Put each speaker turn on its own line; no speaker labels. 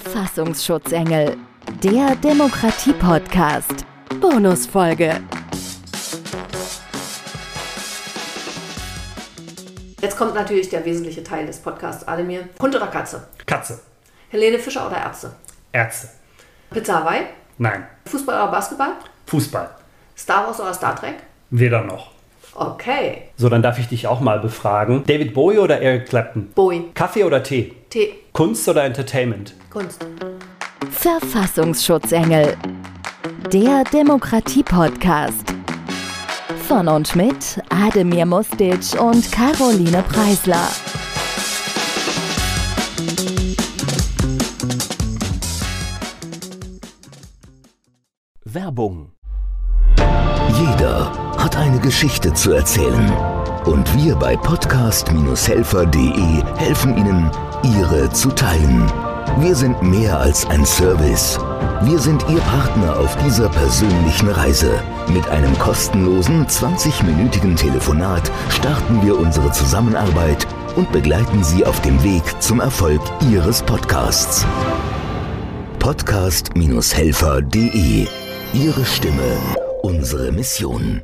Verfassungsschutzengel, der Demokratie-Podcast. Bonusfolge.
Jetzt kommt natürlich der wesentliche Teil des Podcasts, Ademir. Hund oder Katze?
Katze.
Helene Fischer oder Ärzte?
Ärzte.
Pizza Hawaii?
Nein.
Fußball oder Basketball?
Fußball.
Star Wars oder Star Trek?
Weder noch.
Okay.
So, dann darf ich dich auch mal befragen. David Bowie oder Eric Clapton?
Bowie.
Kaffee oder Tee?
Tee.
Kunst oder Entertainment?
Kunst.
Verfassungsschutzengel, der Demokratie-Podcast. Von und mit Ademir Mustic und Caroline Preisler.
Werbung.
Jeder hat eine Geschichte zu erzählen. Und wir bei podcast-helfer.de helfen Ihnen, Ihre zu teilen. Wir sind mehr als ein Service. Wir sind Ihr Partner auf dieser persönlichen Reise. Mit einem kostenlosen 20-minütigen Telefonat starten wir unsere Zusammenarbeit und begleiten Sie auf dem Weg zum Erfolg Ihres Podcasts. Podcast-helfer.de Ihre Stimme, unsere Mission.